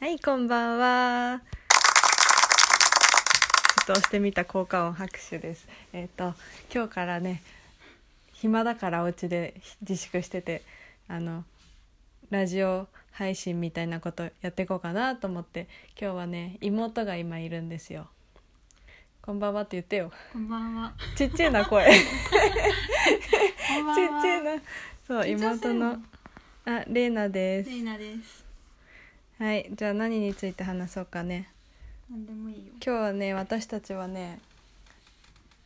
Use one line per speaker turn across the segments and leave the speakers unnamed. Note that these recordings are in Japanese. はい、こんばんは。ちょっと押してみた効果音拍手です。えっ、と今日からね、暇だからお家で自粛してて、あのラジオ配信みたいなことやっていこうかなと思って、今日はね妹が今いるんですよ。こんばんはって言ってよ。
こんばんは。
ちっちゃいな声。
こんば ん
ちっ
は。
ちゃいな。そう、
緊張す
妹
るの
の。あ、レイナです
レ。イナです。
はい、じゃあ何について話そうかね。
なんでもいいよ。
今日はね、私たちはね。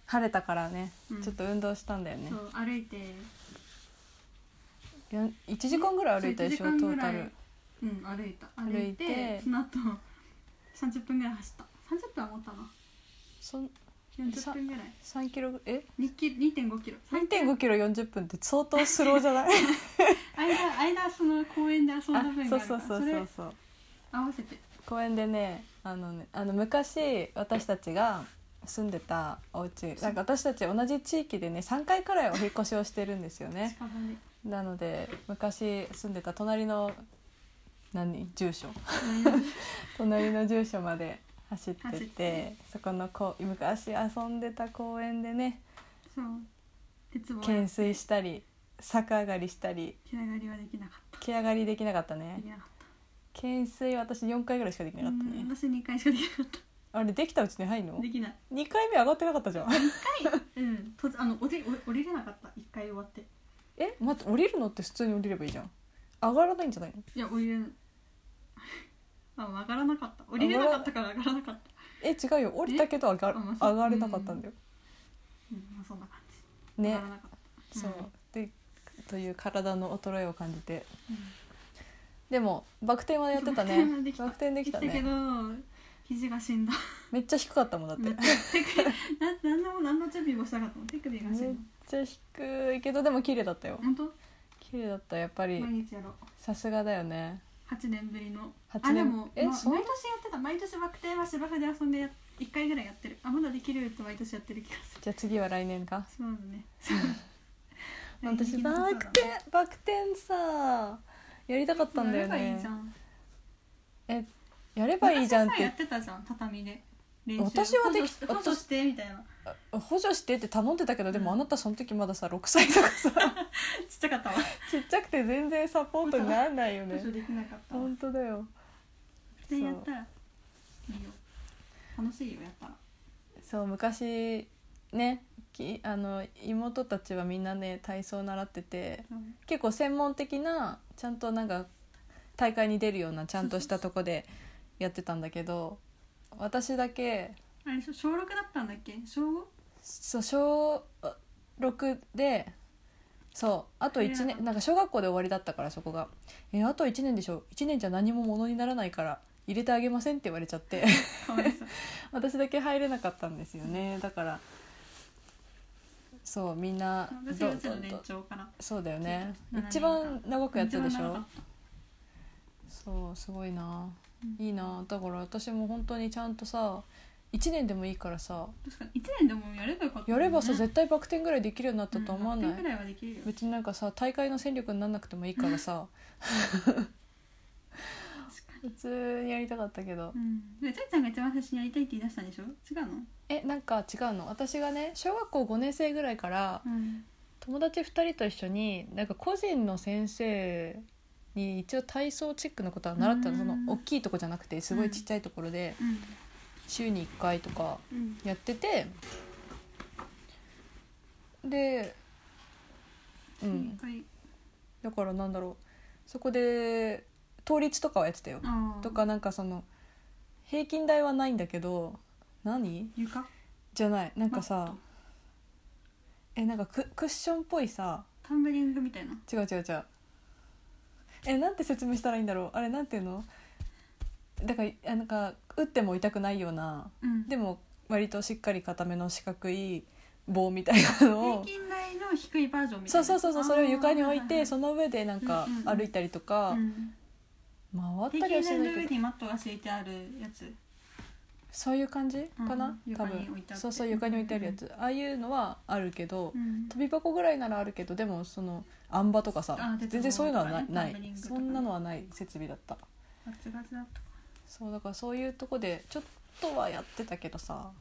晴れたからね、
うん
ちょっと運動したんだよね
そ。う歩いて、
よん一時間ぐらい歩いたでしょ、ト
そう一時間ぐ
ー
ら
タ
い
ル。
うん歩いた。
歩
歩
い
い
て
て、その後三十分ぐらい走った。三十分は持ったな。
そん、
四十分ぐらい。
三キロ、え、
二キ二点五キロ。
三点五キロ四十分って相当スローじゃない。
間間 その公園で遊んだ
あ
分
そ
が
う
あるか
そう
ら。
そ
そう
そ
れ
うそう。
合わせて。
公園でねあのねあの昔私たちが住んでたお家なんか私たち同じ地域でね3回くらいお引っ越しをしてるんですよね
近場で。
なので昔住んでた隣の何住所 隣の住所まで走ってて
走って
そこのこう昔遊んでた公園でね
そう。鉄棒。
懸垂したり逆上がりしたり
気上がりはできなかっ
毛上がりできなかった
た。で
ね
きなかった。
懸垂私4回ぐらいしかできなかった
うん
ね
私二回しかできなかっ
あれできたうちに入ん
た。
の
で きない。
2回目上がってなか ったじゃん
うん。とあのおじお降りれなかった。一回終わって。
え待って降りるのって普通に降りればいいじゃん上がらないんじゃないの
いや降りれな あ上がらなかった降りれなかったから上がらなかった
え違うよ降りたけど上が
あまあそう
上がれなかったんだよ、
うんまあそんな感じ上
ね
がらなかったうん
そうでという体の衰えを感じて
うん
でもバク転はやってたね
バク転はできた
バク転できた
言ったけ
ね
ど肘が死んだ
めっちゃ低かったもん だって
め
め
っ
っ
ちゃ手首な何の何の準備もしたかったの手首が死んだ
ちゃ低いけどでも綺麗だったよ
本当
綺麗だったやっぱり
毎日やろう
さすがだよね
8年ぶりの
八
あ
年
でも、
え
まあ、毎
そんな
年やってた毎年バク転は芝生で遊んでや1回ぐらいやってるあまだできるって毎年やってる気がする
じゃあ次は来年か
そうだね
私バ
バ
ク
ク
転バク転さやりたかったんだよ
やればい
ね
いじゃん
えやればいいじゃんっ
昔さや
て
ってたじゃん畳で練
私はでき
補助し補助してみたいな
補助してって頼んでたけどでも
うん
あなたその時まださ6歳とか さ
ちっちゃ かったわ
ちっちゃくて全然サポートにならないよ
補助
ね
できなかったわ
本当だよ
でやったらいいよ楽しいよやったら
そう昔ねきあの妹たちはみんなね体操習ってて
うん
結構専門的なちゃんとなんか大会に出るようなちゃんとしたとこでやってたんだけど私だけ
あれでしょ小6だったんだっけ小 5?
そう小6でそうあと1
早かった
年なんか小学校で終わりだったからそこが「えあと1年でしょ1年じゃ何もものにならないから入れてあげません」って言われちゃって
かわ いそう
私だけ入れなかったんですよねだからそうみんな
私
ど
はうちの
ど
年
ど
長から
そうだよね
7
一番
年
長くやってたでし
一番長
ょ
かった
そうすごいな
うん
いいなだから私も本当にちゃんとさ1年でもいいからさ
確かに1年でもやればよかった
やればさ
っ
絶対バク転ぐらいできるようになったと思わない、
ぐらいはできるよ
別になんかさ大会の戦力にならなくてもいいからさ普通にやりたかったけど
うんでちゃいちゃんが一番最初にやりたいって言い出したんでしょ違うの
えなんか違うの私がね小学校5年生ぐらいから
うん
友達2人と一緒になんか個人の先生に一応体操チックのことは習ってたのその
うん
大きいとこじゃなくてすごいちっちゃいところで
うん
週に1回とか
うん
やっててでう
一
ん
回
だからなんだろうそこで倒立とかはやってたよ
あー
とかなんかその平均台はないんだけど何
床
じゃないなんか
マット
さえなんかククッションっぽいさ
タンブリングみたいな
違う違う違うえなんて説明したらいいんだろうあれなんていうのだからあなんか打っても痛くないような
うん
でも割としっかり固めの四角い棒みたいなの
平
を
均台の低いバージョンみたい
そう
な
そうそうそうそれを床に置いてそ
の
の上でなんか
うんうんうん
歩いたりとか回った
平
りは
均
し
台の
ないけ
上
ど
にマットが敷いてあるやつ
そういう感じかな、
うん
多
床に置
分
いてあって
そうそう床に置いてあるやつ、ああいうのはあるけど、
うん
飛び箱ぐらいならあるけどでもそのあん馬とかさ
あ鉄棒
全然そういうのはな
とか
な
ね
い
タンブリングとか
そんなのはない設備だった
ガツガツだとか
そうだからそういうとこでちょっとはやってたけどさ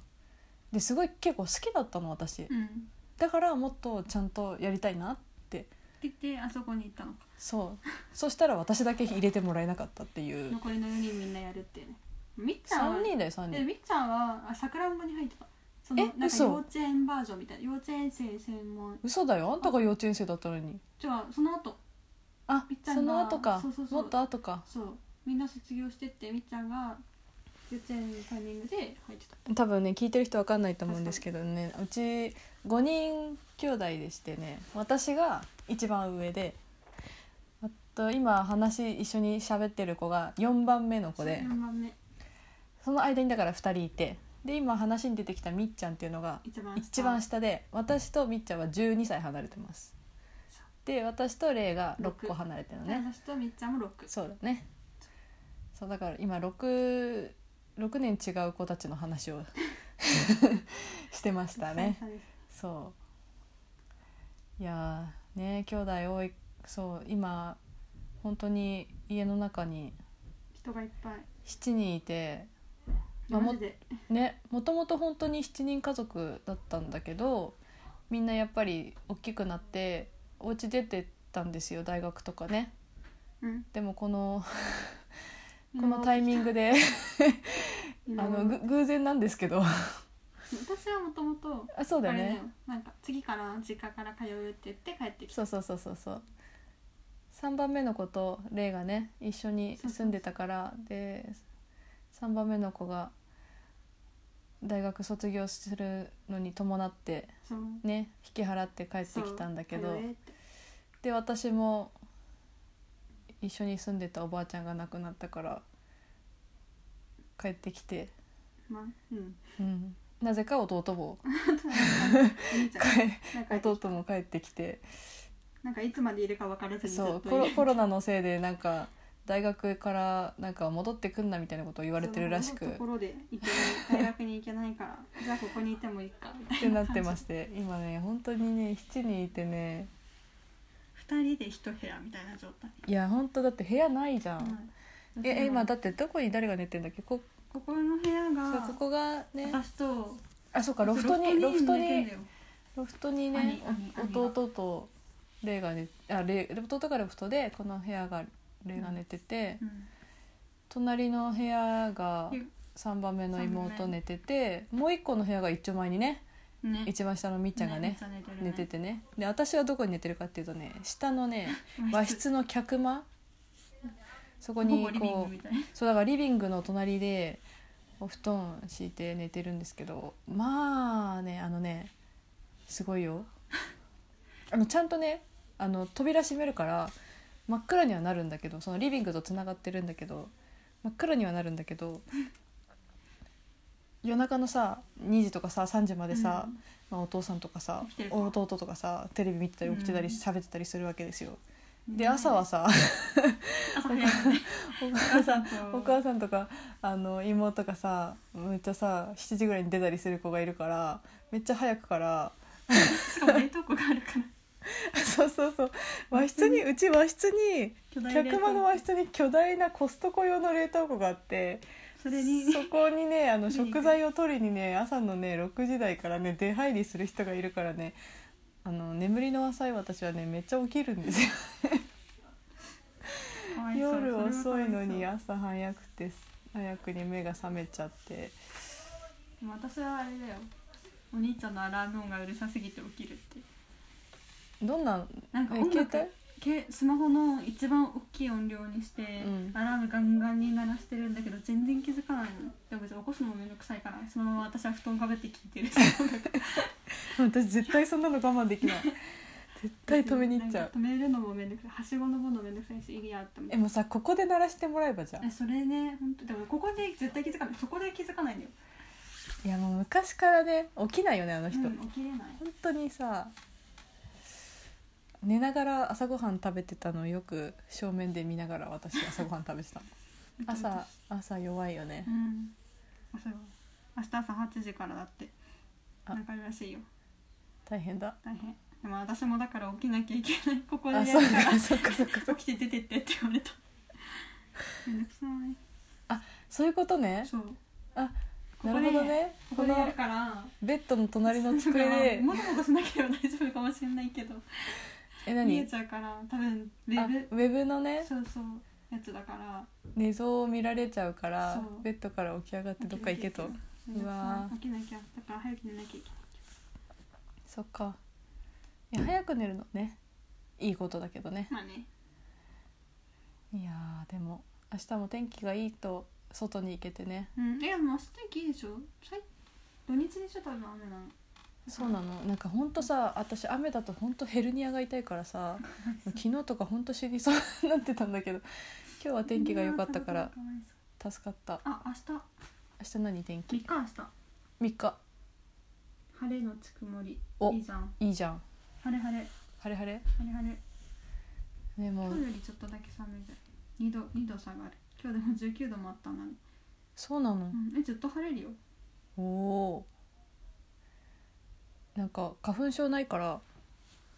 ですごい結構好きだったの私
うん
だからもっとちゃんとやりたいなって
でであそこに行ったのか
そうそしたら私だけ入れてもらえなかったっていう
残りの4人みんなやるっていうねみっちゃんは
3人だよ3
え
人
みっちゃんはあさくらんぼに入ってたそ
え
のなんか
嘘
幼稚園バージョンみたいな幼稚園生専門
嘘だよあんたが幼稚園生だったのに
じゃあその後
あ
みっちゃん
そ
が
の後か
そうそうそう
もっと後か
そうみんな卒業してってみっちゃんが幼稚園のタイミングで入ってた
多分ね聞いてる人わかんないと思うんですけどねうち5人兄弟でしてね私が一番上であと今話一緒に喋ってる子が4番目の子で
4番目
その間にだから2人いてで今話に出てきたみっちゃんっていうのが
一番下
一番下で私とみっちゃんは12歳離れてます
そう
で私とレイが6個
六
離れてるの
で
ね
私とみっちゃんも6
そうだねそうだから今 6, 6年違う子たちの話を してましたねそういやーね兄弟多いそう今本当に家の中に
人がいっぱい
7人いてまあも
マジで
ねもともと本当に7人家族だったんだけどみんなやっぱり大きくなってお家出てったんですよ大学とかね
うん
でもこのこのタイミングであのぐ偶然なんですけど
私はもともと
あそう
あ
だ
れ
よ
だよ
ね
なんか次から実家から通うって言って帰ってきた
そうそうそうそうそう3番目の子とレイがね一緒に住んでたからで3番目の子が大学卒業するのに伴って
そう
ね引き払って帰ってきたんだけど
そう通えって
で私も一緒に住んでたおばあちゃんが亡くなったから帰ってきて、
まあ うん
うん、なぜか弟も
お兄ちゃん
帰
なんか
弟も帰ってきて
なんかいつまでいるか分からずにずっ
そう
と
コロ
いる
コロナのせいでなんか大学からなんか戻ってくんなみたいなことを言われてるらしく
そのところで行けない大学に行けないからじゃあここにいてもいいかみた
っ
い
て
な
な
感
っ
じ
てまして今ね本当にね7人いてね
2人で一部屋みたいな状態、
いや本当だって部屋ないじゃん、
はい
ええ今だ
こ
ってどこに誰が寝てんだっけこ
この部屋
そう
が
ここがね
私と
あそうかロフトにロフト
寝て
に
んだよ
ロフトにね
兄
お
兄兄が
弟とレイが寝あレイ弟がロフトでこの部屋がレイが寝てて、
うん
隣の部屋が
うん
3番目の
三
妹
番目
寝ててもう一個の部屋が一丁前にね
ね
一番下のみっちゃんがね
めっ寝てる
寝ててねで私はどこに寝てるかっていうとね下のね和
和室
室の客間そこ
ほ
に
ぼリビン
こ
グ
う
みたいな
そうだからリビングの隣でお布団敷いて寝てるんですけどまあねあのねすごいよ あのちゃんとねあの扉閉めるから真っ暗にはなるんだけどそのリビングとつながってるんだけど真っ暗にはなるんだけど 夜中のさ2時とかさ3時までさ、
うん
まあ、お父さんとかさ
起きてるか
弟とかさテレビ見てたり起きてたり
うん
喋ってたりするわけですよ。
ね
で朝 はさ
朝早くね
お母さん お
お
母さんとかあの妹がさめっちゃさ7時ぐらいに出たりする子がいるからめっちゃ早くから
しかも冷凍庫があるから
そうそうそう和室 にうち和室に
巨大冷凍庫
客間の和室に巨大なコストコ用の冷凍庫があって
それに
そこにねあの
見に行く
食材を取りにね朝のね6時台からね出入りする人がいるからねあの眠りの浅い私はねめっちゃ起きるん ですよ
かわいそう
夜
そ
遅
れはいか
の
わいそう
に朝早くて早くに目が覚めちゃって。
でも私はあれだよお兄ちゃんのアラーム音がうるさすぎて起きるって
どんな
なんか
え
音
携
楽けスマホの一番大きい音量にして、
うん
アラームガンガンに鳴らしてるんだけど全然気づかないのでも別に起こすのもめんどくさいからそのまま私は布団かぶって聞いてる
帯私絶対そんなの我慢で きない絶対止めに行っちゃ
なん
う
か止めるのもめんどくさいはしご登るのもめんどくさいしいやって思っ
え
て
もうさここで鳴らしてもらえばじゃん
えそれね本当でもここで絶対気づかないそこで気づかないんだよ、
いやもう昔からね起きないよねあの
う
人、
ん
本、
起きれない
当にさ寝ながら朝ごはん食べてたのをよく正面で見ながら私朝ごはん食べ てた朝朝弱いよね
うんあそう明日朝8時からだって
あ
なんかあるらしいよ
大変だ
大変でも私もだから起きなきゃいけ ないここでや
あ
る
そ
か
う
ら
かそっかそっかそっか
起きて出てってって言われためんどくさい
そういうことね
そう
あ
こ
な
こ
る
で
ほどねこ
ここで
の
やるから
ベッドの隣の机で
もともとしなければ大丈夫かもしれないけど
え
見え
何
ちゃうから多分ウ
あ
ェ
ウ
ブ
ェブのね
そうそうやつだから
寝相を見られちゃうから
そう
ベッドから起き上がってどっか行けと
起きなきゃ
うわー
起きなきゃだから早く寝なきゃいけない
そっかいや早く寝るのねいいことだけどね
まあね
いやーでも明日も天気がいいと外に行けてね
うんいやもう明日天気いいでしょさい土日でしょ多分雨なの
そうなのなんかほんとさ私雨だとほんとヘルニアが痛いからさ 昨日とかほんと死にそうになってたんだけど今日は天気が良かった から助かった
あ明日
明日何天
三
気
日明日
3日
晴れのち曇り
お
いいじゃん
いいじゃん
晴れ晴れ
晴れ晴れ
晴れ晴れ
でも
今日よりちょっとだけ寒いぐらい二度二度下がる今日でも十九度もあったのに、
そうなの
うん、えずっと晴れるよ
おおーなんか花粉症ないから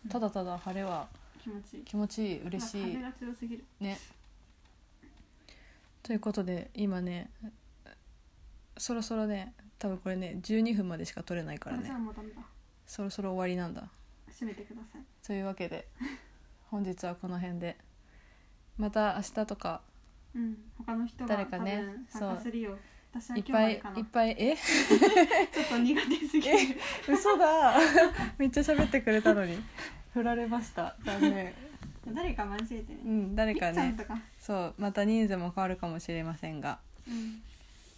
ただただ晴れは
気持ちいい
気持ちいい嬉しい
風が強すぎる
ねということで今ねそろそろね多分これね12分までしか取れないから
じ
ね
ゃあもうダメだ
そろそろ終わりなんだ
閉めてください
というわけ で本日はこの辺でまた明日とか
うん他の人が
誰かね
多分参加するよ私はい
っ
今日ま
ぱい
で
いっ
かなちょ
ぱいえ
っと苦手すぎる
嘘 だめっちゃ喋ってくれたのに振られました残念
誰か交えてね
うん誰か
みっちゃん
ね
とか
そうまた人数も変わるかもしれませんが
うん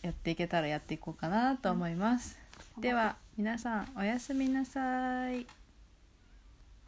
やっていけたらやっていこうかなと思います、では皆さんおやすみなさい